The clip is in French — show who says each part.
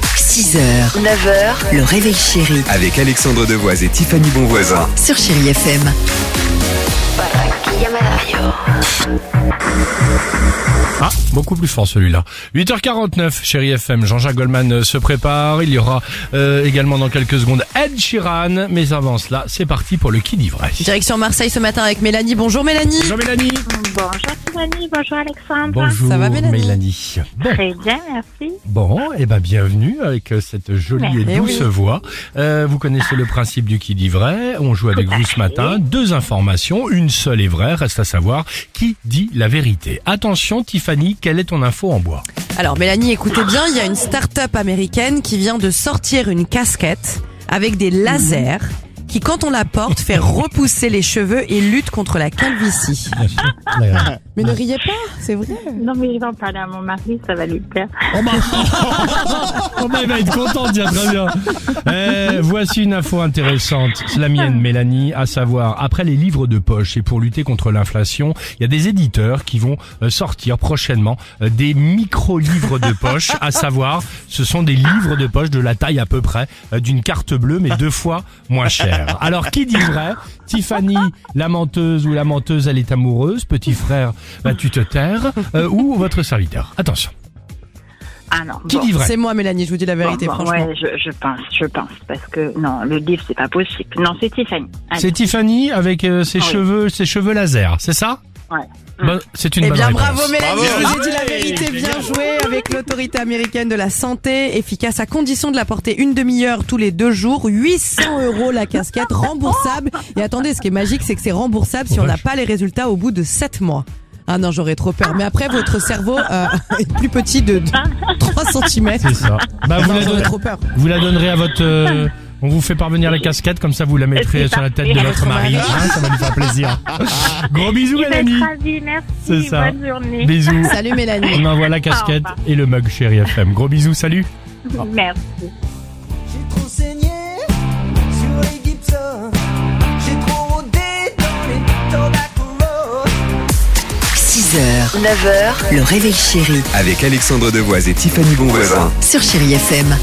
Speaker 1: 6h, 9h, le réveil chéri
Speaker 2: Avec Alexandre Devoise et Tiffany Bonvoisin.
Speaker 1: sur Chéri FM.
Speaker 3: Ah, beaucoup plus fort celui-là. 8h49, chérie FM, Jean-Jacques Goldman euh, se prépare. Il y aura euh, également dans quelques secondes Ed Sheeran. Mais avant cela, c'est parti pour le qui d'ivresse.
Speaker 1: Direction Marseille ce matin avec Mélanie. Bonjour Mélanie.
Speaker 3: Bonjour Mélanie.
Speaker 4: Bonjour Tiffany, bonjour Alexandre.
Speaker 3: Bonjour
Speaker 1: Ça va, Mélanie
Speaker 3: Bon,
Speaker 4: Très bien, merci.
Speaker 3: bon, eh ben bienvenue avec euh, cette jolie et
Speaker 1: Merci. Eh
Speaker 3: douce voix. Euh, vous connaissez le principe du qui dit vrai. On joue avec vous ce matin. Deux informations, une seule est vraie. Reste à savoir qui dit la vérité. Attention, Tiffany, quelle est ton info en bois
Speaker 1: Alors Mélanie, écoutez bien, il y a une start-up américaine qui vient de sortir une casquette avec des lasers qui quand on la porte fait repousser les cheveux et lutte contre la calvitie. Mais ne riez pas, c'est vrai.
Speaker 4: Non mais je vais en parler à mon mari, ça va lui plaire.
Speaker 3: Oh bah, oh bah, il va être content, tiens, très bien. Euh, voici une info intéressante, c'est la mienne, Mélanie, à savoir, après les livres de poche et pour lutter contre l'inflation, il y a des éditeurs qui vont euh, sortir prochainement euh, des micro-livres de poche, à savoir, ce sont des livres de poche de la taille à peu près euh, d'une carte bleue, mais deux fois moins chère. Alors, qui dit vrai Tiffany, la menteuse ou la menteuse, elle est amoureuse, petit frère, bah, tu te taires, euh, ou votre serviteur. Attention.
Speaker 4: Ah non,
Speaker 3: Qui
Speaker 4: bon,
Speaker 3: dit vrai
Speaker 1: C'est moi Mélanie, je vous dis la
Speaker 4: bon,
Speaker 1: vérité
Speaker 4: bon,
Speaker 1: franchement.
Speaker 4: ouais, je, je pense, je pense, parce que non, le livre c'est pas possible. Non, c'est Tiffany. Allez,
Speaker 3: C'est Tiffany avec euh, ses
Speaker 4: Ah oui.
Speaker 3: cheveux, ses cheveux laser, c'est ça
Speaker 4: ouais.
Speaker 3: Bon, C'est une
Speaker 1: Eh
Speaker 3: bonne
Speaker 1: bien,
Speaker 3: réponse.
Speaker 1: bravo Mélanie,
Speaker 2: Bravo.
Speaker 1: je vous ai dit la vérité, bien joué avec l'autorité américaine de la santé, efficace à condition de la porter une demi-heure tous les deux jours, 800 euros la casquette, remboursable. Et attendez, ce qui est magique, c'est que c'est remboursable si on n'a
Speaker 3: Vache.
Speaker 1: pas les résultats au bout de 7 mois. Ah non, j'aurais trop peur. Mais après, votre cerveau euh, est plus petit de, de 3 cm.
Speaker 3: C'est ça. Bah, vous, la
Speaker 1: J'aurais
Speaker 3: donnerez,
Speaker 1: trop peur.
Speaker 3: vous la donnerez à votre. euh, on vous fait parvenir la casquette, comme ça vous la mettrez
Speaker 4: C'est
Speaker 3: sur la
Speaker 4: parfait.
Speaker 3: tête de votre
Speaker 1: Votre
Speaker 3: mari.
Speaker 1: mari.
Speaker 3: hein, ça va lui faire plaisir. Gros bisous,
Speaker 4: Il va
Speaker 3: Mélanie.
Speaker 4: être ravi,
Speaker 3: C'est
Speaker 4: merci,
Speaker 3: ça.
Speaker 4: bonne journée.
Speaker 3: Bisous.
Speaker 1: Salut Mélanie.
Speaker 3: On envoie la casquette
Speaker 4: Au revoir.
Speaker 3: et le mug chéri FM. Gros bisous, salut.
Speaker 4: Merci.
Speaker 5: J'ai trop saigné sur les Gibson. J'ai trop rodé dans les temps d'acro.
Speaker 1: 6h, 9h, le réveil chéri
Speaker 2: Avec Alexandre Devoise et Tiffany Bonvoisin.
Speaker 1: sur Chéri FM.